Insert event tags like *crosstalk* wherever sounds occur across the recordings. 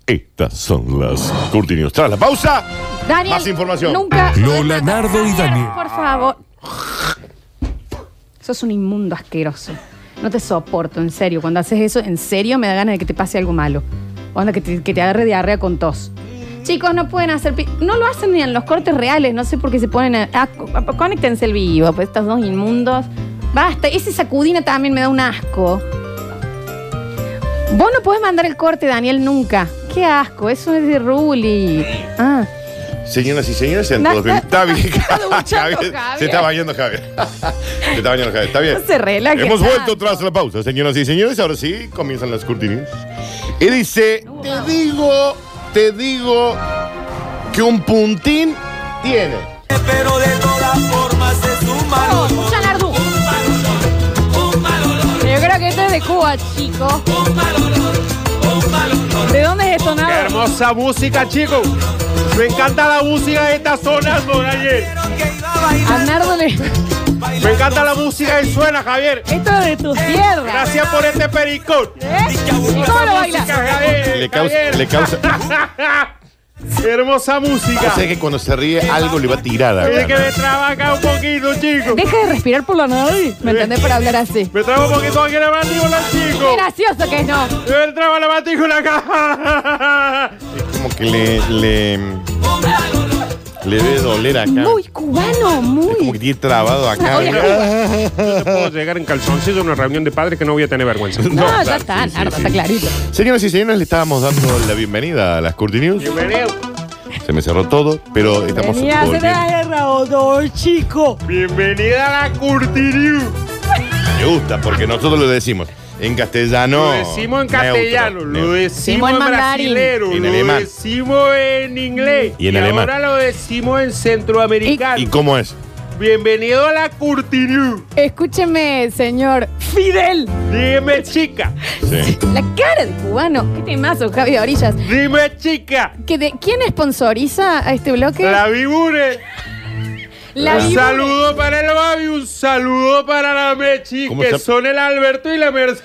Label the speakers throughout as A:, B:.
A: Estas son las cortinas. Tras la pausa.
B: Daniel.
A: Más información.
B: Nunca.
C: Lola, Nardo y Daniel.
B: Por favor. Sos un inmundo asqueroso. No te soporto, en serio. Cuando haces eso, en serio me da ganas de que te pase algo malo. Onda que te, que te agarre diarrea con tos. Chicos, no pueden hacer. pi- No lo hacen ni en los cortes reales. No sé por qué se ponen a. ah, co- ah, conéctense el vivo, pues estos dos inmundos. Basta. Ese sacudina también me da un asco. Vos no podés mandar el corte, Daniel, nunca. Qué asco. Eso es de Ruli. Ah.
A: Señoras y señores, sean
B: No,
A: todos bien.
B: está-
A: Está bien,
B: está duchando,
A: Javier.
B: Javier.
A: Se está bañando Javier. se está bañando Javier. Está bien.
B: No *laughs* se relaje
A: Hemos
B: tanto.
A: vuelto tras la pausa, señoras y señores. Ahora sí, comienzan las cortinas. Y dice, te digo, te digo que un puntín tiene.
D: Pero de todas formas es un mal
B: Oh,
D: olor,
B: Susan Ardú.
D: un mal olor,
B: Yo creo que esto es de Cuba, chico.
D: un mal olor, un mal olor.
B: ¿De dónde es esto,
E: ¡Qué
B: Nardo?
E: hermosa música, chicos! Me encanta la música de estas zonas, Morales.
D: Dijeron que iba a bailar,
B: A Nardo le... *laughs* Esto
E: Me encanta la música que suena, Javier.
B: es de tu tierra.
E: Gracias por este pericón.
B: ¿eh? ¿Cómo lo bailas?
E: Javier,
A: Le causa,
E: Javier.
A: le causa.
E: *laughs* Qué hermosa
A: O
E: música.
A: sea que cuando se ríe algo le va tirada.
E: Tiene que me trabaja un poquito, chicos.
B: Deja de respirar por la nariz. ¿Me entendés? Para hablar así.
E: Me traba un poquito aquí la mandíbula,
B: Qué
E: chico.
B: gracioso que es, no.
E: Me traba la mandíbula *laughs* acá.
A: Como que le, le, le debe doler acá.
B: Muy cubano,
A: Es como que
B: muy.
A: tiene trabado acá.
B: Oye,
E: No puedo llegar en calzoncillo a una reunión de padres que no voy a tener vergüenza.
B: No, ya
A: claro,
B: está,
A: sí, sí,
B: Nardo,
A: sí.
B: está clarito.
A: Señoras y señores, le estábamos dando la bienvenida a las Curti News.
E: Bienvenido.
A: Se me cerró todo, pero estamos
B: Venía a hacer
A: volviendo.
B: la guerra, odor, chico.
E: Bienvenida a la Curtiriu.
A: Me gusta, porque nosotros lo decimos en castellano.
E: Lo decimos en castellano,
A: neutro,
E: lo
B: Decimos
E: decimos
B: en
E: en
B: mandarín.
E: brasilero,
A: En
E: lo
A: alemán.
E: decimos en inglés.
A: Y en alemán.
E: ahora lo decimos en
A: neutro. ¿Y
E: centroamericano.
A: cómo es?
E: Bienvenido a la Curtiriu.
B: Escúcheme, señor Fidel.
E: Dime chica,
A: Sí.
B: La cara de cubano. Qué temazo, Javi Orillas.
E: dime chica.
B: ¿Que de, ¿Quién sponsoriza a este bloque?
E: La Vibure.
B: La
E: un
B: Vivo.
E: saludo para el Babi, un saludo para la Mechi,
A: ¿Cómo
E: que
A: se-
E: son el Alberto y la Mercedes.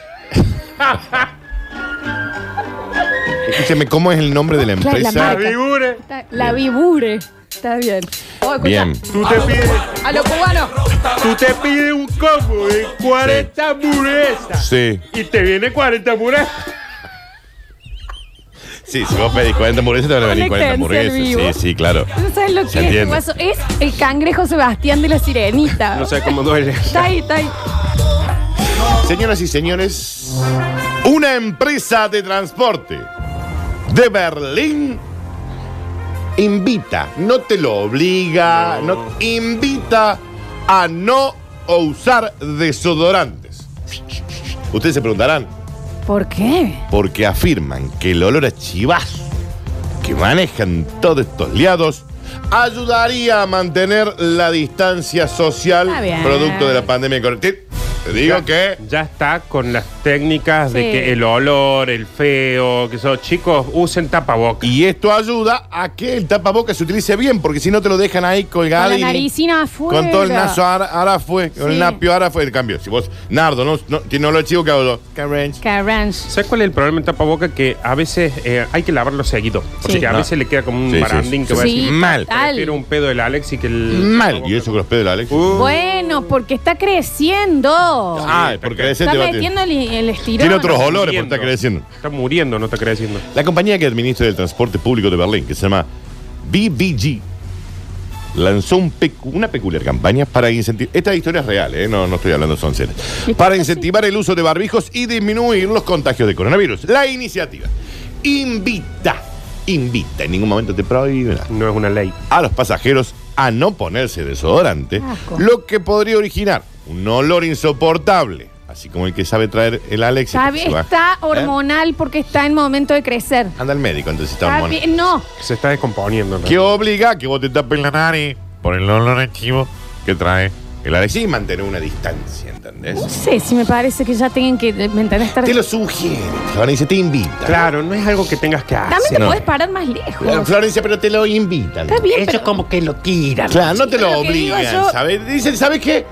A: Escúcheme, ¿cómo es el nombre de la
B: Claro, la
A: empresa?
E: La
B: Marca.
E: Vibure.
B: Está- La vibure. Está bien. Oh, escucha.
A: Bien.
E: Tú te pides,
B: A los cubanos.
E: tú te pides un combo de 40 hamburguesas.
A: Sí,
E: Y te viene 40 hamburguesas.
A: sí, si vos pedís 40 hamburguesas, te van a venir 40
B: Conéctense al
A: hamburguesas.
B: vivo.
A: Sí, sí, claro.
B: ¿No sabes lo
A: Se
B: que es,
A: entiende.
B: guaso? Es el cangrejo Sebastián de la sirenita.
E: sé cómo duele.
B: Está ahí, está ahí.
A: Señoras y señores, una empresa de transporte de Berlín invita, no te lo obliga, no, invita a no usar desodorantes. Ustedes se preguntarán,
B: ¿Por qué?
A: porque afirman que el olor a chivazo que manejan todos estos liados ayudaría a mantener la distancia social
B: Está bien.
A: producto de la pandemia. de corona. Ti- Te digo
D: Ya-
A: que.
D: Ya está con las técnicas de
B: Sí.
D: que el olor, el feo, que esos chicos usen tapabocas.
A: Y esto ayuda a que el tapabocas se utilice bien, porque si no te lo dejan ahí colgado.
B: Con la
A: y-
B: naricina afuera.
A: Con todo el naso ahora, ahora fue, con el
B: Sí.
A: napio ahora fue. En cambio, si vos, Nardo, no, no, que no lo chivo que hago yo. Carrange.
B: Carrange.
D: ¿Sabes cuál es el problema del tapabocas? Que a veces eh, hay que lavarlo seguido. Porque
B: Sí.
D: a
A: No.
D: veces le queda como un
A: Sí, sí,
D: barandín
A: sí.
D: que va a
B: Sí,
D: decir,
A: mal,
B: total.
D: prefiero un pedo del Alex y que el...
A: Mal. Y eso con los pedos de la Alex.
D: Uh,
B: Bueno, porque está creciendo.
A: ah, porque ese
B: está
A: te va a
B: metiendo el, el estirón.
A: Tiene otros
D: está
A: olores porque
D: muriendo.
A: está creciendo.
D: Está muriendo, no está creciendo.
A: La compañía que administra el transporte público de Berlín, que se llama BBG, lanzó un pecu- una peculiar campaña para incentivar. Esta historia es real, ¿eh? no, no estoy hablando son serias. Para incentivar el uso de barbijos y disminuir los contagios de coronavirus. La iniciativa invita, invita, en ningún momento te prohíbe nada,
D: No es una ley.
A: a los pasajeros a no ponerse desodorante,
B: Asco.
A: lo que podría originar un olor insoportable. Así como el que sabe traer el Alex. y
B: Está,
A: que
B: bien,
A: se va.
B: está
A: ¿Eh?
B: hormonal porque está en momento de crecer.
A: Anda al médico, entonces está
B: Está
A: hormonal.
B: bien- no,
D: Se está descomponiendo. ¿no?
A: que obliga a que vos te tapes la nariz por el olor de chivo que trae el Alexis y mantener una distancia, ¿entendés?
B: no sé si me parece que ya tienen que me entendés, estar.
A: Te lo sugiere, Florencia, te invita.
D: Claro, no es algo que tengas que hacer.
B: También te
A: no.
B: puedes parar más lejos.
A: Claro, Florencia, pero te lo invitan.
B: Está bien, pero
E: como que lo tiran.
A: Claro, no te
B: pero
A: lo
B: lo que digo
A: obligan,
B: yo-
A: ¿sabes? Dicen, ¿sabes qué?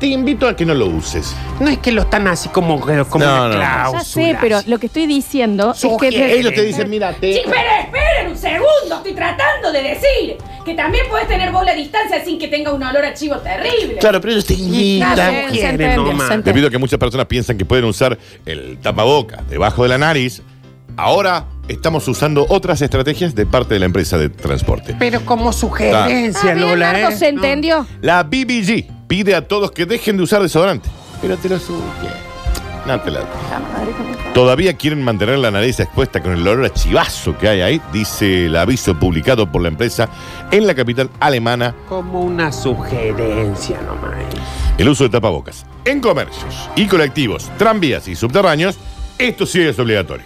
A: Te invito a que no lo uses.
E: No es que lo están así como, como
A: No,
E: una
A: no.
E: cláusula.
B: ya sé, pero lo que estoy diciendo es que.
A: Ellos te dicen, mira, te...
F: Sí, pero esperen un segundo, estoy tratando de decir que también puedes tener vos la distancia sin que tenga un olor a chivo terrible.
A: Claro, pero ellos te
B: Está
A: invitan.
B: bien, se
D: quiere
B: entendió,
D: nomás.
B: se entendió.
A: Debido a que muchas personas piensan que pueden usar el tapaboca debajo de la nariz, ahora estamos usando otras estrategias de parte de la empresa de transporte.
E: Pero como
B: Está
E: sugerencia,
B: bien,
E: Lola,
B: Nardo,
E: ¿eh?
B: se entendió.
A: La BBG pide a todos que dejen de usar desodorante. Pero te lo sugiere. No te la- Todavía quieren mantener la nariz expuesta con el olor a chivazo que hay ahí, dice el aviso publicado por la empresa en la capital alemana,
E: Como una sugerencia nomás.
A: el uso de tapabocas. En comercios y colectivos, tranvías y subterráneos, esto sí es obligatorio.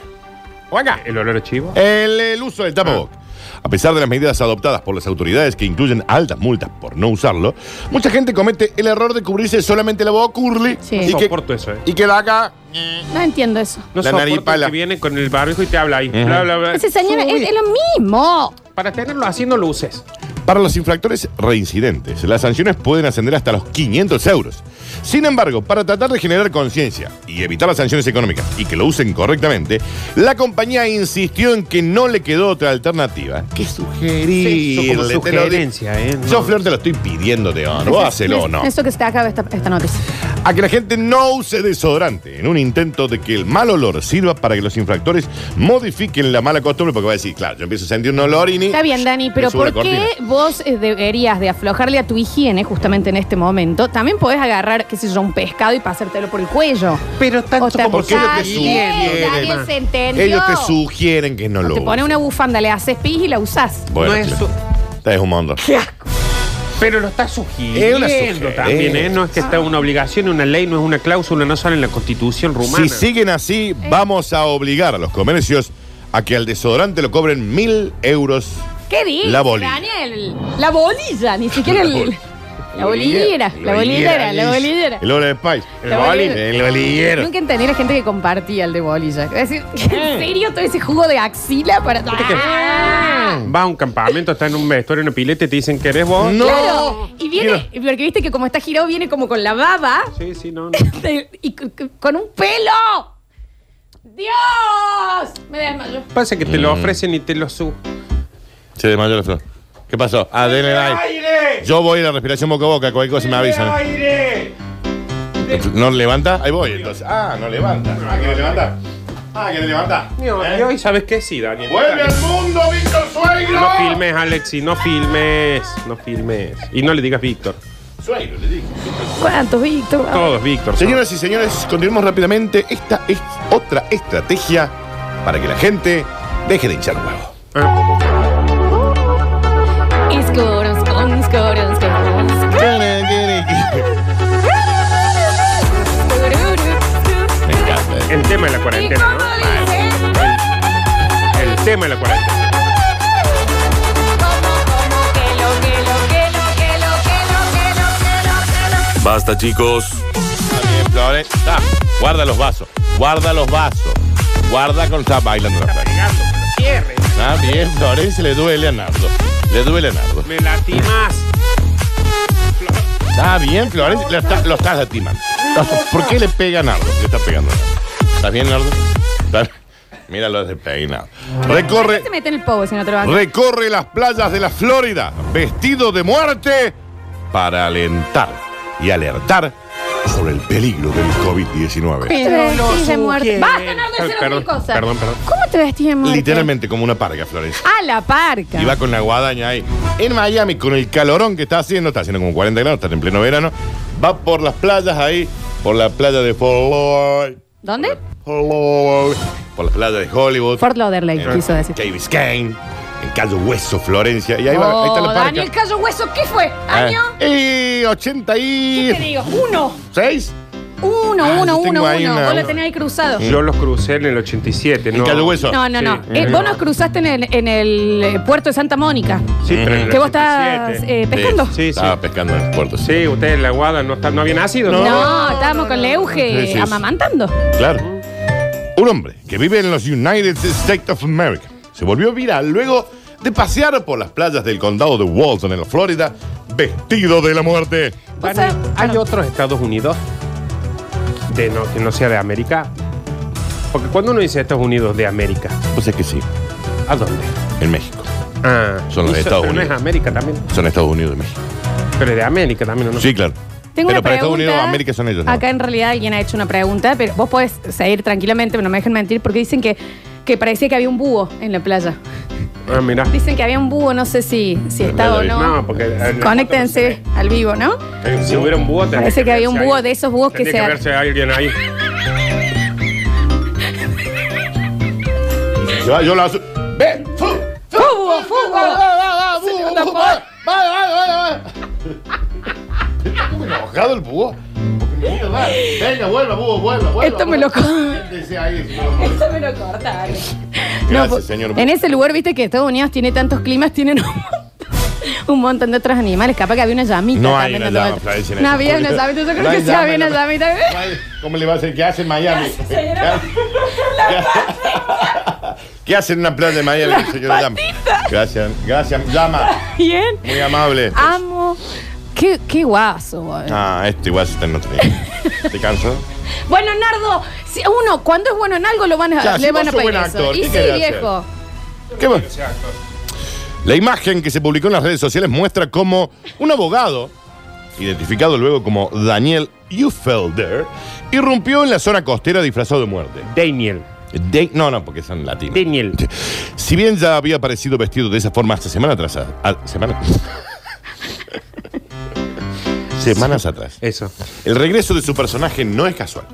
D: O acá, el olor a chivo.
A: El, el uso del tapabocas. A pesar de las medidas adoptadas por las autoridades que incluyen altas multas por no usarlo, mucha gente comete el error de cubrirse solamente la boca curly
B: Sí.
A: y,
D: no
A: que,
D: soporto eso, ¿eh?
A: y que la acá
F: Mm.
B: No entiendo eso.
D: No
A: La
D: soporto
A: naripala.
D: el que viene con el barbijo y te habla ahí. Bla, bla, bla.
B: Ese señor
D: Sube.
B: es, es lo mismo.
D: Para tenerlo haciendo luces.
A: Para los infractores reincidentes, las sanciones pueden ascender hasta los 500 euros. Sin embargo, para tratar de generar conciencia y evitar las sanciones económicas y que lo usen correctamente, la compañía insistió en que no le quedó otra alternativa que
D: Sí,
A: sugerirle.
D: como
A: Te lo di-
D: sugerencia, ¿eh? No.
A: Yo, Flor, te lo estoy pidiendo, Teón. Vos hacelo o no.
B: Eso que se te acaba esta, esta noticia.
A: A que la gente no use desodorante en un intento de que el mal olor sirva para que los infractores modifiquen la mala costumbre, porque va a decir, claro, yo empiezo a sentir un olor y ni.
B: Está bien, Dani,
A: me
B: pero
A: subo la
B: ¿por qué
A: cortina.
B: vos eh, deberías de aflojarle a tu higiene justamente en este momento? También podés agarrar, qué sé yo, un pescado y pasártelo por el cuello.
E: Pero tanto
B: O te-
E: como
A: Porque ellos te
B: Está bien,
A: sugieren.
B: Daniel, se entendió.
A: Ellos te sugieren que no
B: O
A: lo
B: te pone
A: uses.
B: una bufanda, le haces pis y la usás.
A: Bueno,
E: No es
A: claro.
E: su-
A: Esta es un montón.
E: Pero lo está
A: Es una
E: sugiriendo
A: sugerencia.
E: también.
D: También, ¿eh? No es que está una obligación, una ley, no es una cláusula, no sale en la constitución rumana.
A: Si siguen así, vamos a obligar a los comercios a que al desodorante lo cobren mil euros.
B: ¿Qué dices,
A: La bolilla.
B: Daniel? La bolilla, ni siquiera
A: La
B: el...
A: bol-
B: La bolillera, la bolillera, la bolillera.
A: El olor de Spice.
B: La bolillera.
A: El bolillero.
B: Nunca entendí la gente que compartía el de bolilla. Es decir, ¿en serio todo ese jugo de axila para...
E: Este
B: ¡Ah!
D: Va a un campamento, está en un vestuario, en una pileta y te dicen, ¿querés vos?
A: No.
B: Claro, y viene, porque viste que como está girado, viene como con la baba
D: Sí, sí, no, no.
B: de- y c- c- con un pelo. ¡Dios! Me desmayo.
D: Pasa que te
A: Mm.
D: lo ofrecen y te lo su.
A: Se desmayó la flor. ¿Qué pasó? Ah, denle like. Yo voy a la respiración boca a boca, cualquier cosa me avisan. ¿No levanta? Ahí voy, entonces. Ah, no levanta. Ah, que no levanta. Ah, que no levanta. ¿Eh?
D: Y hoy, ¿sabes qué? Sí, Daniel.
A: ¡Vuelve al mundo, Víctor Suegro!
D: No filmes, Alexi, no filmes, no filmes. Y no le digas Víctor.
A: Suegro, le dije.
B: ¿Cuántos, Víctor?
D: Todos, Víctor. son.
A: Señoras y señores, continuemos rápidamente. Esta es otra estrategia para que la gente deje de hinchar un huevo.
D: Ah,
B: Escoros, con escoros, escoros.
A: *laughs* Me encanta.
D: el tema de la cuarentena, ¿no? El, el tema de la cuarentena.
C: Basta chicos.
A: bien, Flores. Ah, guarda los vasos. Guarda los vasos. Guarda con está bailando la Flores.
E: Gato, me lo cierre.
A: Ah, bien, Flores. Le duele a Nardo. Le duele a Nardo.
E: Me latimas.
A: Está bien, Flores. Lo, está- lo estás latimando. Lo estás- ¿Por qué le pega a Nardo? Le está pegando a Nardo. ¿Estás bien, Nardo? ¿Estás- Míralo despeinado. Recorre.
B: Se mete en el povo si Ah, no te lo banco.
A: recorre las playas de la Florida vestido de muerte para alentar y alertar sobre el peligro del
B: ¿Cómo
A: COVID-19.
B: te vestís de
E: Pero lo
B: muerte?
E: sugiere.
B: Basta, no, no
D: Eh,
B: es
D: perdón,
B: cosa.
D: perdón, perdón.
B: ¿Cómo te vestís de muerte? Ah,
A: Literalmente como una parga, Florencia.
B: A la parca.
A: Y va con la guadaña ahí. En Miami, con el calorón que está haciendo, está haciendo como 40 grados, está en pleno verano, va por las playas ahí, por la playa de Fort Lauderdale,
B: ¿Dónde?
A: Fort Lauderdale, por la playa de Hollywood,
B: Fort Lauderdale,
A: en
B: quiso decir.
A: Cay Biscayne, en Cayo Hueso, Florencia, y ahí, va, ahí está la
B: Oh,
A: parca.
B: Daniel Cayo Hueso, ¿qué fue? ¿Año?
A: Eh, Y 80 y...
B: ¿Qué te digo? Uno.
A: ¿Seis?
B: Uno,
A: Ah,
B: uno,
A: yo tengo
B: uno,
A: ahí
B: uno.
A: una-
B: Vos lo tenés ahí cruzado.
D: Yo los crucé en el 87,
A: En
D: ¿no?
A: Cayo Hueso.
B: No, no, no.
D: Sí.
B: Eh, vos nos cruzaste en el, en el, eh, puerto de Santa Mónica.
D: Sí, pero en el
B: Que vos estás
D: 87.
B: eh, pescando.
A: Sí, sí. Estaba pescando en el puerto, sí.
D: Sí, ustedes en la guada no, está- no habían nacido, ¿no?
B: No, estábamos con Leuge
A: Sí, sí, sí.
B: amamantando.
A: Claro. Un hombre que vive en los United States of America se volvió viral luego de pasear por las playas del condado de Walton, en la Florida, vestido de la muerte.
B: O
D: Dani,
B: sea,
D: ¿Hay otros Estados Unidos de no, que no sea de América? Porque cuando uno dice Estados Unidos de América,
A: Pues es que sí,
D: ¿a dónde?
A: en México.
D: Ah,
A: Son los
D: y
A: de Estados
D: pero
A: Unidos.
D: no es América también,
A: Son Estados Unidos de México.
D: pero es de América también, ¿o ¿no?
A: Sí, claro.
B: Tengo
A: pero
B: una pregunta.
A: para Estados Unidos, América son ellos. ¿no?
B: Acá en realidad alguien ha hecho una pregunta, pero vos podés seguir tranquilamente, pero no me dejen mentir, porque dicen que, que parecía que había un búho en la playa.
D: Ah, mira.
B: Dicen que había un búho, no sé si, si está o no.
D: No, porque eh, en la
B: Conéctense al vivo, ¿no?
D: foto, Eh, Si hubiera un búho, tendría
B: Parece que había
D: verse
B: un búho
D: alguien.
B: de esos búhos que
D: Tendría
B: se-
D: que verse alguien ahí.
A: Se va, yo lo asu- ¡Ven! ¡Fu! ¡Fu!
B: ¡Fútbol, fútbol!
A: Ah, ¡Va, va, va! ¡Fu!
B: Señor Tapón.
A: ¡Va, va, va, va! Está como enojado el búho. Porque el niño va. Venga, vuelva, búho, vuelva, vuelva.
B: Esto me lo
A: vuelva.
B: co-
A: Siéntese ahí, señor búho.
F: Eso me lo cortaron.
A: Gracias,
B: pues,
A: señor búho.
B: En ese lugar, viste que Estados Unidos tiene tantos climas, tienen un montón- un montón de otros animales. Capaz que había una llamita.
A: No hay
B: también
A: una
B: dando
A: llama,
B: vueltas.
A: Florencia, en
B: No
A: eso.
B: había una llamita, yo
A: No
B: creo
A: hay
B: que sí
A: llama,
B: había una
A: no.
B: llamita.
A: Ay, ¿Cómo le va a hacer? ¿Qué hace en Miami?
F: Gracias, señora.
A: ¿Qué hace- ¿Qué hace en una playa de Miami, señora Llama? Gracias, gracias, Llama.
B: Bien.
A: Muy amable.
B: Ah. Amo. Qué, qué guaso, boludo.
A: Ah, este igual se está en otro nivel. ¿Te cansó?
B: Bueno, Nardo, si uno cuando es bueno en algo lo van a,
A: Ya,
B: le van
A: si vos
B: a
A: sos
B: pedir
A: buen
B: eso.
A: actor,
B: y
A: ¿qué
B: sí,
A: querés
B: viejo.
A: ¿Qué va? La imagen que se publicó en las redes sociales muestra cómo un abogado, identificado luego como Daniel Ufelder, irrumpió en la zona costera disfrazado de muerte.
D: Daniel.
A: De- no, no, porque son latinos.
D: Daniel.
A: Si bien ya había aparecido vestido de esa forma hasta semana atrás. ah, a- semana. Semanas atrás.
D: Eso.
A: El regreso de su personaje no es casual,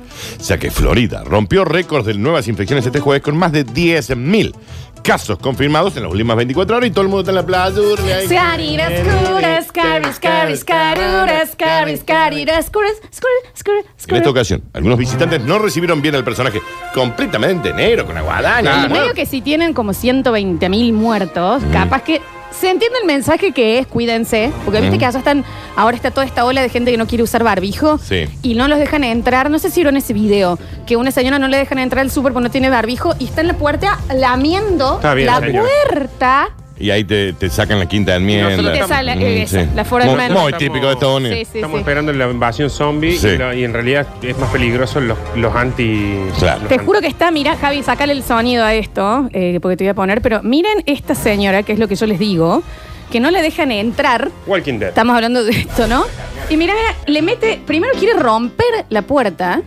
A: ya que Florida rompió récords de nuevas infecciones este jueves con más de 10.000 casos confirmados en las últimas 24 horas y todo el mundo está en la playa. urle ahí.
B: Sariras, curas, caris, caris, caruras, caris, cariras, curas, curas, curas,
A: En esta
B: curas.
A: ocasión, algunos visitantes no recibieron bien al personaje, completamente negro, con aguadaña.
B: Y medio que si tienen como 120 mil muertos, capaz que se entiende el mensaje que es cuídense, porque viste
A: Mm.
B: que allá están, ahora está toda esta ola de gente que no quiere usar barbijo
A: Sí.
B: y no los dejan entrar. No sé si vieron ese video, que una señora no le dejan entrar al súper porque no tiene barbijo y está en la puerta lamiendo
D: Está bien,
B: la
D: señora.
B: puerta.
A: Y ahí te, te sacan la quinta enmienda.
D: Y te
B: sale,
A: Mm,
B: eh, esa, la Fourth
A: Muy-
B: Amendment.
A: Muy típico de Estados Unidos.
B: Sí, sí,
D: Estamos
B: sí.
D: esperando la invasión zombie
A: Sí.
D: y, lo- y en realidad es más peligroso los, los anti.
A: Claro.
D: los
B: Te
D: anti-
B: juro que está, mira, Javi, sacale el sonido a esto, eh, porque te voy a poner, pero miren esta señora, que es lo que yo les digo, que no le dejan entrar.
D: Walking Dead.
B: Estamos hablando de esto, ¿no? Y mira, le mete, primero quiere romper la puerta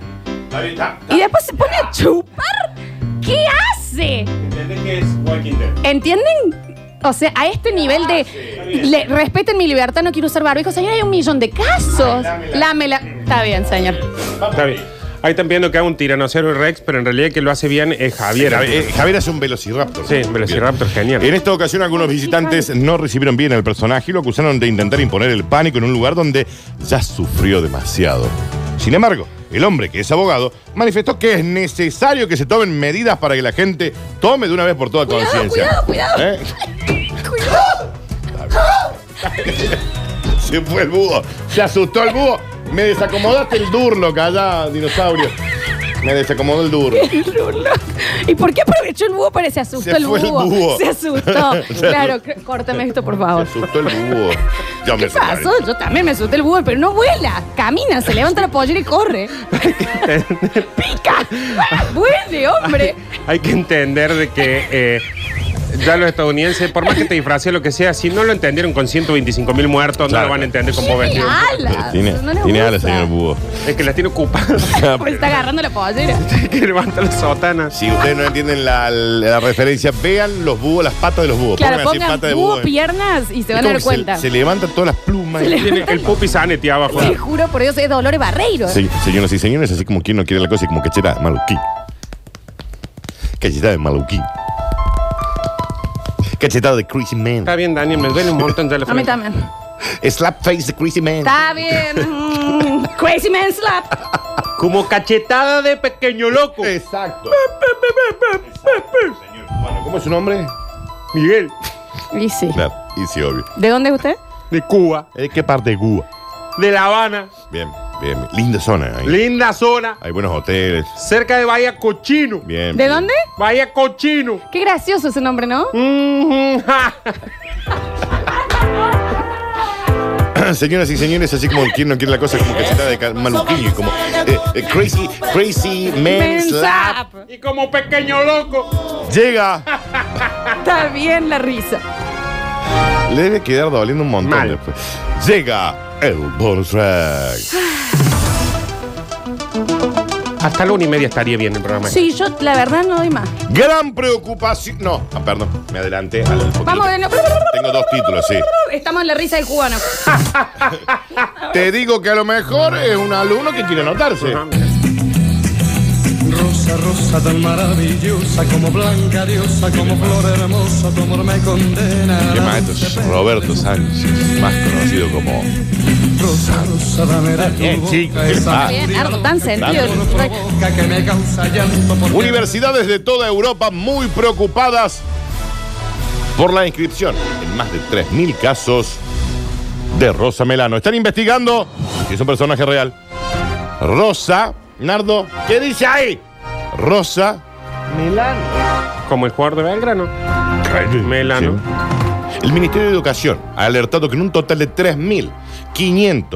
B: y después se pone a chupar. ¿Qué hace?
D: ¿Entendés que es Walking Dead?
B: ¿Entienden? O sea, a este nivel de le- respeten mi libertad, no quiero usar barbijo. Señora, hay un millón de casos. Lámela. Está bien, señor.
D: Está bien. Ahí están viendo que haga un tiranocero Rex, pero en realidad que lo hace bien es Javier.
A: Javier, eh, Javier hace un velociraptor.
D: Sí, Velociraptor, genial.
A: En esta ocasión, algunos visitantes no recibieron bien al personaje y lo acusaron de intentar imponer el pánico en un lugar donde ya sufrió demasiado. Sin embargo, el hombre, que es abogado, manifestó que es necesario que se tomen medidas para que la gente tome de una vez por toda conciencia.
B: cuidado, cuidado. *laughs*
A: ¿Eh? Se fue el búho, se asustó el búho, Me desacomodaste el durlo, calla, dinosaurio. Me desacomodó el durlo.
B: *laughs* ¿Y por qué aprovechó el búho? Parece se asustó
A: Se
B: el,
A: fue el
B: búho.
A: búho.
B: Se
A: *laughs*
B: asustó. claro, cr- córtame esto, por
A: Me
B: favor.
A: asustó el búho. Yo me
B: ¿Qué pasó?
A: asusté.
B: Yo también me asusté el búho, pero no vuela. Camina, se levanta la pollera y corre. ¡Pica! ¡Ah, ¡Vuele, hombre!
D: Hay que entender de que eh, ya los estadounidenses, por más que te disfraces lo que sea, si no lo entendieron con 125 mil muertos, no
A: Claro.
D: lo van a entender con vos
B: ¡Tiene
D: vestido.
B: alas!
A: Tiene,
B: no le
A: tiene
B: gusta.
A: alas,
B: pues. *laughs*
A: señor búho.
D: Es que las tiene ocupadas. *laughs*
B: Porque está agarrando la pollera.
D: Hay que levantar las sotanas.
A: Si ustedes no entienden la, la referencia, vean los búhos, las patas de los búhos.
B: Claro,
A: Pónganme así,
B: pongan
A: pata de
B: búho,
A: búho. eh.
B: piernas y se
A: Es
B: van a
A: como
B: dar
A: que
B: cuenta.
A: Se, se levantan todas las plumas.
B: Se le-
D: Tiene el pupi sanity abajo.
B: Te juro, por Dios, es Dolores Barreiro.
A: Se- señoras y señores, así como quien no quiere la cosa, y como cacheta de maluquí. Cachetada de maluquí. Cachetada de Crazy Man.
D: Está bien, Daniel, me duele un montón ya la
B: A mí
D: frente.
B: también.
A: Slap face de Crazy Man.
B: Está
A: *laughs*
B: bien. Mm, Crazy Man Slap.
D: Como cachetada de pequeño loco.
A: Exacto. Señor cubano, ¿Cómo es su nombre?
D: Miguel,
B: Y sí.
A: Claro, y sí, obvio.
B: ¿De dónde es usted?
D: de Cuba,
A: ¿De qué parte de Cuba?
D: de La Habana,
A: Bien, bien. Linda zona. Ahí.
D: linda zona,
A: Hay buenos hoteles.
D: cerca de Bahía Cochino.
A: Bien.
B: ¿De
A: bien.
B: dónde?
D: Bahía Cochino.
B: Qué gracioso ese nombre, ¿no?
A: Mm.
D: Mhm, ja.
A: *clears throat*
D: *laughs*
A: Señoras y señores, así como quien no quiere la cosa, como cachetada de ca- maluquí. Como eh, eh, Crazy, Crazy Man. Slap.
B: Slap.
D: y como pequeño loco.
A: Llega.
B: Está bien la risa.
A: Le debe quedar doliendo un montón
D: Mal.
A: después. Llega el bonus track.
D: Hasta la una y media estaría bien el programa.
B: Sí, yo la verdad no doy más.
A: Gran preocupación. No, ah, perdón, me adelanté al poquito.
B: Vamos, de nuevo.
A: Tengo dos títulos, sí.
B: Estamos en la risa del cubano.
A: Te digo que a lo mejor es un alumno que quiere anotarse.
G: Rosa, rosa tan maravillosa, como blanca diosa, como flor hermosa, tu amor me condena.
A: Qué maestro es Roberto Sánchez, más conocido como.
G: Rosa, rosa, dame de
A: Bien,
G: tu boca
A: chico, qué
G: esa
A: mal.
B: Bien, Nardo, tan sentido.
G: flor provoca que me causa llanto porque
A: Universidades de toda Europa muy preocupadas por la inscripción en más de 3.000 casos de Rosa Melano. Están investigando si es un personaje real. Rosa, Nardo, ¿qué dice ahí? Rosa
D: Como el jugador de Belgrano. Melano.
A: Sí. El Ministerio de Educación ha alertado que en un total de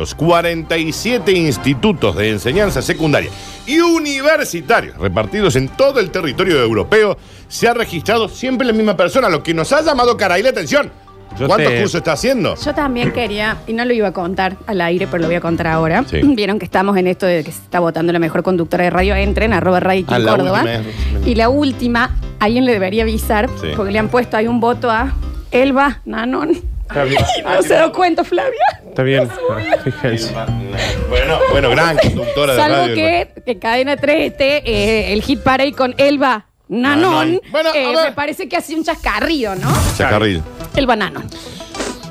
A: 3.547 institutos de enseñanza secundaria y universitarios repartidos en todo el territorio europeo se ha registrado siempre la misma persona, lo que nos ha llamado caray la atención.
D: Yo
A: ¿Cuántos
D: te-
A: cursos está haciendo?
B: Yo también quería, y no lo iba a contar al aire, pero lo voy a contar ahora.
A: Sí.
B: *clears throat* Vieron que estamos en esto de que se está votando la mejor conductora de radio. Entren, arroba radio
A: Ah, la
B: Córdoba.
A: última es-
B: Y la última, alguien le debería avisar,
A: Sí.
B: porque le han puesto ahí un voto a Elba Nanon.
D: Está bien.
B: Y *laughs* no se dio cuenta, Flavia.
D: Está bien. Fíjense.
A: Bueno, bueno, gran conductora de
B: Salvo
A: radio.
B: que, que Cadena 3 esté eh, el hit parade con Elba Nanon.
A: Nanon. Bueno, a
B: eh,
A: ver.
B: me parece que ha sido un chascarrillo, ¿no?
A: Chacarril.
B: Elba Nanon.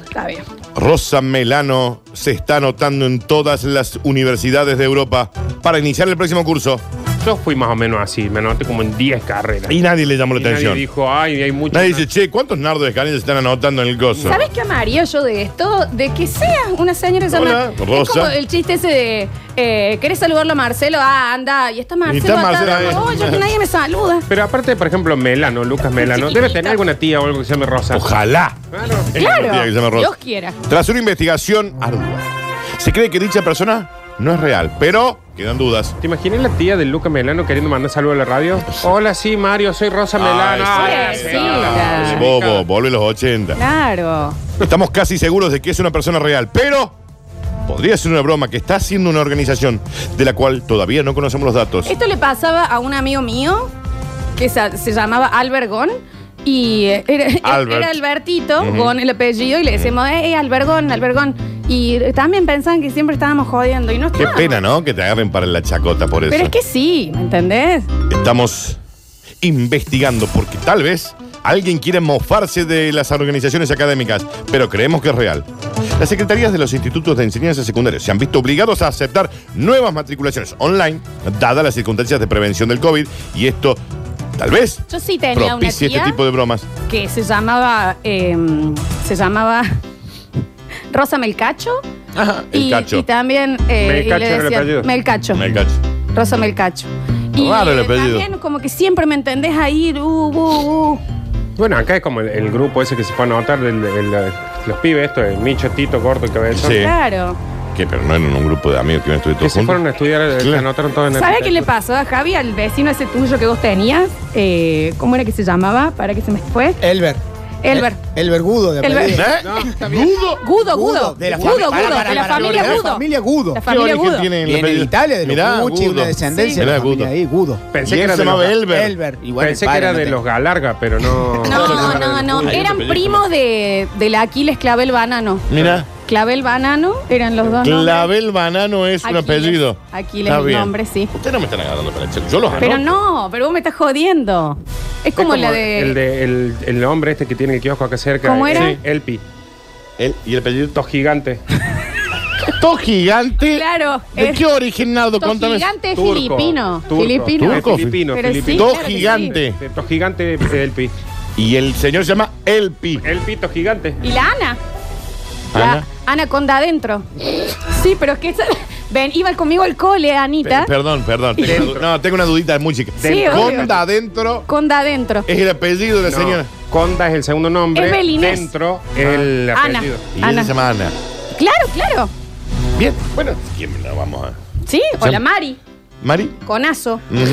B: Está bien.
A: Rosa Melano se está anotando en todas las universidades de Europa para iniciar el próximo curso.
D: Yo fui más o menos así. Me anoté como en 10 carreras.
A: Y nadie le llamó la
D: Y nadie
A: atención.
D: dijo, ay, hay muchos.
A: Nadie dice, che, ¿cuántos nardos de Escanilla se están anotando en el gozo?
B: ¿Sabes qué amaría yo de esto? De que sea una señora que se
A: Hola,
B: llama. Es
A: Rosa.
B: como el chiste ese de. Eh, ¿Querés saludarlo a Marcelo? Ah, anda. Y está Marcelo.
A: está
B: acá.
A: Marcelo ahí.
B: Oh, yo que nadie me saluda.
D: Pero aparte, por ejemplo, Melano, Lucas Melano,
B: Chiquitita.
D: debe tener alguna tía o algo que se llame Rosa.
A: Ojalá. Tía
D: Claro.
A: que se llama
B: Claro.
A: Rosa.
B: Dios quiera.
A: Tras una investigación ardua, se cree que dicha persona no es real, pero quedan dudas.
D: ¿Te imaginas la tía de Lucas Melano queriendo mandar saludos a la radio? Hola, sí, Mario, soy Rosa Melano.
A: Ay,
D: Ay,
B: sí,
D: sí,
B: sí,
D: la-
B: sí.
D: la-
A: Bobo, vuelve los 80.
B: Claro.
A: Estamos casi seguros de que es una persona real, pero podría ser una broma que está haciendo una organización de la cual todavía no conocemos los datos.
B: Esto le pasaba a un amigo mío que sa- se llamaba Albergón. Y eh, era,
A: Albert.
B: era Albertito, con el apellido, y le decimos, eh, eh, Albergón, Albergón. Y también pensaban que siempre estábamos jodiendo. Y no
A: Qué
B: estábamos.
A: pena, ¿no? Que te agarren para la chacota por eso.
B: Pero es que sí, ¿me entendés?
A: Estamos investigando porque tal vez alguien quiere mofarse de las organizaciones académicas, pero creemos que es real. Las secretarías de los institutos de enseñanza secundaria se han visto obligados a aceptar nuevas matriculaciones online, dadas las circunstancias de prevención del COVID, y esto tal vez
B: Yo sí tenía una
A: propicie
B: tía.
A: este tipo de bromas.
B: que se llamaba eh, se llamaba em, Rosa Melcacho
A: Ajá, el
B: y,
A: cacho.
B: y también eh,
D: Mel
B: y
D: Cacho
B: le
D: era el apellido.
B: decían Melcacho.
A: Me cacho.
B: Rosa Melcacho. Y
A: Raro el
B: eh,
A: apellido.
B: también como que siempre me entendés ahí, uh, uh, uh.
D: Bueno, acá es como el, el grupo ese que se puede anotar, el- el- el- los pibes, esto, el Micho, Tito, Gordo y Cabezón.
A: Sí.
B: Claro.
A: Que pero no eran un grupo de amigos que iban a estudiar
D: Que
A: todos
D: se fueron
A: juntos.
D: a estudiar, eh, se
A: Claro.
D: anotaron todos en el.
B: ¿Sabes qué le pasó a Javi, al vecino ese tuyo que vos tenías? Eh, ¿Cómo era que se llamaba? ¿Para que se me fue?
H: Elber.
B: Elber.
H: El- Elber Gudo de
B: Elber.
H: apellido.
A: ¿Eh?
H: Eh, Gudo.
B: Gudo, Gudo.
H: De la
B: Gudo,
H: fami- para,
B: Gudo,
H: para,
B: de la
H: para,
B: familia
H: de la
B: Gudo.
H: familia Gudo.
B: La
A: ¿Qué
B: familia
A: origen
B: Gudo.
A: tiene el
H: Viene de
A: apellido?
H: Italia, de los
A: Mirá,
H: Gucci,
A: Gudo.
H: una descendencia
A: Mirá,
H: de la
A: Gudo.
H: familia ahí, Gudo.
D: Pensé
A: Y
D: que
A: él
D: era
A: se
D: de
A: llamaba
D: los,
A: Elber.
H: Elber. Igual
D: Pensé
H: el
D: que
H: padre
D: era
H: no
D: de
H: te-
D: los Galarga, pero no.
B: No, no, no.
A: Hay
B: Eran
A: otro apellido.
B: primos de, del Aquiles Clavel Banano.
A: Mira,
B: Clavel Banano eran los dos nombres.
A: Clavel Banano es un
B: Aquiles.
A: apellido.
B: Aquiles
A: Está
B: el
A: bien.
B: nombre, sí.
A: Ustedes no me están agarrando para el chelo. Yo los anoto.
B: Pero no, pero vos me estás jodiendo. Es
D: Es
B: como, la de...
D: Este El, de el, el hombre este que tiene el kiosco acá cerca.
B: ¿Cómo
D: eh,
B: era?
D: sí, Elpi.
A: El- y el apellido
D: Dos gigantes.
A: Todo gigante.
B: Claro,
A: ¿De
B: es-
A: qué origen, Nardo?
B: Tos
A: Contame.
B: gigante
D: Turco,
B: filipino.
D: turco,
B: filipino.
A: turco,
D: filipino,
B: Pero sí,
D: filipino.
A: Dos
B: claro que sí.
A: gigante.
D: Eh, Tos gigante, eh, Elpi.
A: Y el señor se llama Elpi. Ah,
D: Elpi, tos gigante.
B: ¿Y la Ana?
A: Ana.
B: La Ana Conda adentro. Sí, pero es que esa- ven, iba conmigo al cole, Anita.
A: Pe- Eh, perdón, perdón. Tengo una, du- no, tengo una dudita de música.
B: Sí, obvio.
A: Conda adentro
B: Conda adentro.
A: es el apellido de la
D: No,
A: señora.
D: Conda es el segundo nombre.
B: Es Belinés.
D: Dentro, el
A: Ah.
B: Ana.
D: apellido.
A: Y
B: Ana.
A: ella se llama Ana.
B: Claro, claro.
A: Bien. Bueno, ¿quién la vamos a.?
B: Sí, o
A: Sí.
B: la Mari,
A: Mari.
B: Conazo.
A: Ujú.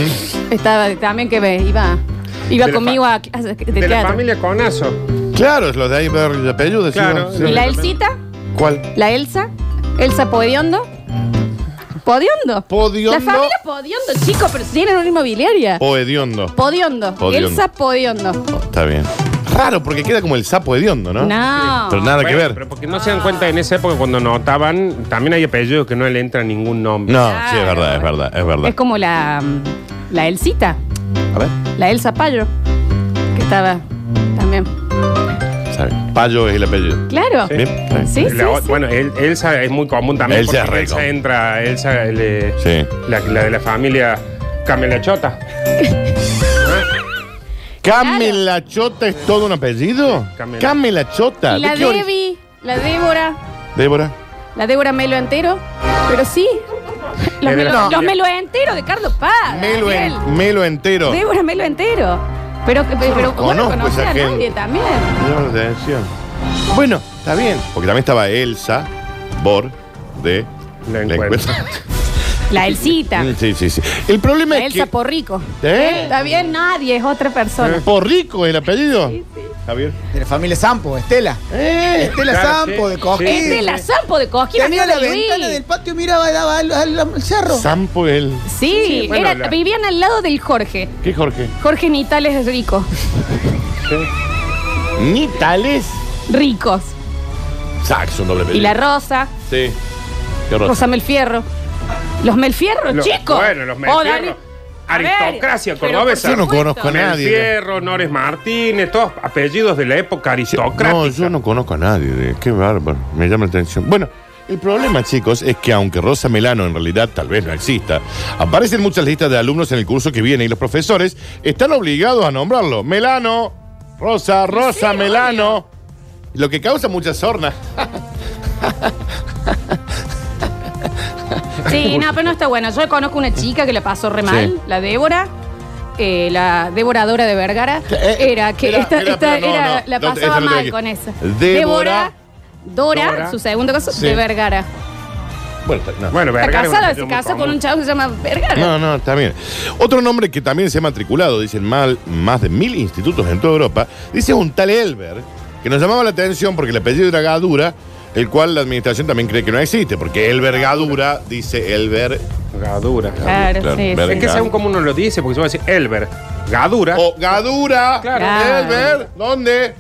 B: Estaba también que ve, iba, iba
D: De la
B: conmigo
D: fa-
B: a clases de
D: De, la
B: teatro.
D: familia Conazo.
A: Claro, los de ahí, el apellido. sí,
D: Claro,
A: sí.
B: Y
D: claro.
B: la Elsita,
A: ¿Cuál?
B: la Elsa, Elsa Podiondo. Podiondo.
A: Podiondo.
B: La familia Podiondo, chicos, pero si tienen una inmobiliaria.
A: O hediondo.
B: Podiondo.
A: Podiondo.
B: Elsa Podiondo.
A: Oh, está bien. Raro, porque queda como el sapo hediondo, ¿no?
B: No.
A: Pero nada que
D: Bueno,
A: ver.
D: Pero porque no se dan cuenta en esa época cuando notaban, también hay apellidos que no le entra ningún nombre.
A: No,
B: Claro.
A: sí, es verdad, es verdad, es verdad.
B: Es como la, la Elsita,
A: A ver,
B: la Elsa Payo, que estaba también.
A: sabe. Payo es el apellido.
B: Claro.
D: Eh.
A: Bien, está bien.
B: Sí, sí,
D: La o-
B: sí.
D: Bueno, el- Elsa es muy común también.
A: Elsa
D: porque
A: es re
D: Elsa
A: común.
D: entra, Elsa, le-
A: Sí.
D: eh, la, la de la familia Camelachota.
A: ¿Camelachota es todo un apellido?
D: Camela.
A: Camelachota.
B: Y la
A: ¿De qué ori-
B: Debbie, la Débora,
A: Débora.
B: la Débora Melo entero, pero
A: *laughs*
B: sí. Los
D: Es de la
B: melo,
D: familia.
B: los Melo entero de Carlos Paz.
A: Melo, en-
B: Daniel.
A: melo entero.
B: Débora Melo entero. Pero, pero, pero vos no
A: conozco
B: conocés
A: esa
B: a
A: gente.
B: nadie también.
A: Llama la atención. Bueno, está bien. Porque también estaba Elsa Bor de
D: La encuesta.
B: *laughs* La Elsita,
A: sí, sí, sí. El problema
B: la
A: es
B: Elsa
A: que.
B: Porrico.
A: Mm. ¿Eh?
B: Está bien, nadie es otra persona.
A: Porrico es el apellido. Javier.
H: De la familia Sampo, Estela. Estela
D: Claro,
H: Sampo
D: sí,
H: de Cosquín.
D: sí.
B: Es de la Sampo de Cosquín,
H: Tenía
B: amigo
H: la
B: de Luis.
H: ventana del patio, miraba, daba al, al- al cerro.
A: Sampo es el.
B: Sí,
D: Sí, bueno,
B: era-
D: la-
B: vivían al lado del Jorge.
A: ¿Qué Jorge?
B: Jorge Nitales es rico.
A: Ni tales.
B: Ricos.
A: Saxo, un doble apellido.
B: Y la Rosa,
A: Sí. Qué horror.
B: Rosa Melfierro. Los Melfierros,
D: Los-
B: chicos.
D: Bueno, los
B: Oh,
D: Melfierros.
B: Dani- A ver,
D: Aristocracia
B: pero
D: cordobesa.
B: por
A: Yo no
B: supuesto.
A: conozco a nadie.
D: Fierro, Nores Martínez, todos apellidos de la época aristocrática.
A: No, yo no conozco a nadie. de- Qué bárbaro. Me llama la atención. Bueno, el problema, chicos, es que aunque Rosa Melano en realidad tal vez no exista, aparecen muchas listas de alumnos en el curso que viene y los profesores están obligados a nombrarlo. Melano, Rosa, Rosa, Melano. Lo que causa mucha sorna.
B: Sí, no, pero no está bueno. Yo conozco una chica que la pasó re mal,
A: Sí.
B: la Débora. eh, la devoradora de Vergara
A: Eh,
B: era que
A: era-
B: esta,
A: era-
B: esta-
A: no, no,
B: era- la
A: no,
B: pasaba
A: esa no
B: mal
A: tiene que-
B: con esa.
A: Débora-
B: Dora,
D: Dora.
B: su segundo caso,
A: Sí.
B: de Vergara.
A: Bueno, no.
D: Bueno,
B: Está
D: Vergara es un
B: casada, se
D: apellido muy
B: casó con
D: común.
B: un chavo que se llama Vergara.
A: No, no, está bien. Otro nombre que también se ha matriculado, dicen mal, más de mil institutos en toda Europa, dice un tal Elber, que nos llamaba la atención porque el apellido era Gadura, el cual la administración también cree que no existe, porque Elber Gadura dice Elber.
D: Gadura.
B: Claro,
A: Claro,
B: sí,
A: Vergara.
B: sí.
D: Es que según como uno lo dice, porque se va a decir Elber, Gadura.
A: O Gadura,
B: Claro.
A: Elber, ¿dónde?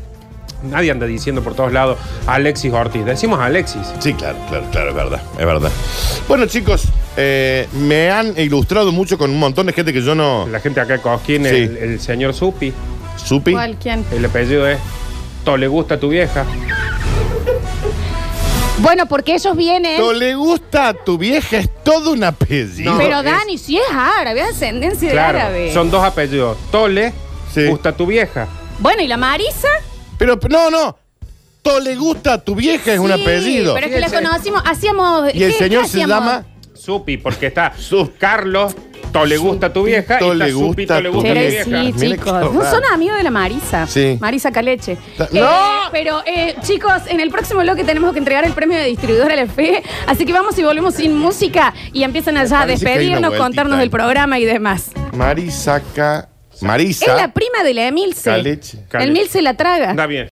D: Nadie anda diciendo por todos lados Alexis Ortiz. Decimos Alexis.
A: Sí, claro, claro, claro, es verdad, es verdad. Bueno, chicos, eh, me han ilustrado mucho con un montón de gente que yo no
D: La gente acá de Cosquín,
A: Sí.
D: el, el señor Supi,
A: supe.
B: ¿Cuál? ¿Quién?
D: el apellido es To le gusta a tu vieja.
B: Bueno, porque ellos vienen.
A: No le gusta a tu vieja, es todo un apellido.
D: No,
B: pero
D: es-
B: Dani, si es árabe, es ascendencia
D: Claro,
B: de árabe.
D: son dos apellidos. Tole,
A: Sí.
D: gusta a tu vieja.
B: Bueno, ¿y la Marisa?
A: Pero no, no. Todo le gusta a tu vieja es un
B: Sí,
A: apellido.
B: Pero es que la conocimos, hacíamos.
A: Y el
B: ¿qué-
A: señor
B: qué
A: se
B: hacíamos?
A: llama
D: Supi, porque está
A: Sup-
D: Carlos, to le gusta a tu vieja.
A: to
D: y está
A: le
D: Supi,
A: gusta
D: to le
A: a tu
D: gusta a tu
B: Pero
A: vieja.
D: vieja.
B: sí,
A: Mira
B: chicos.
A: qué
B: No son
A: raro.
B: amigos de la Marisa.
A: Sí.
B: Marisa Caleche.
A: Ta-
B: Eh,
A: ¡No!
B: pero, eh, chicos, en el próximo bloque tenemos que entregar el premio de distribuidor a la FE. Así que vamos y volvemos sin música y empiezan allá a
A: parece que hay una
B: despedirnos,
A: vueltita
B: contarnos
A: ahí.
B: del programa y demás.
A: Marisaca. Marisa.
B: Es la prima de la Emilce.
A: Caleche.
B: El
D: Caleche.
B: Emilce la traga.
D: Está bien.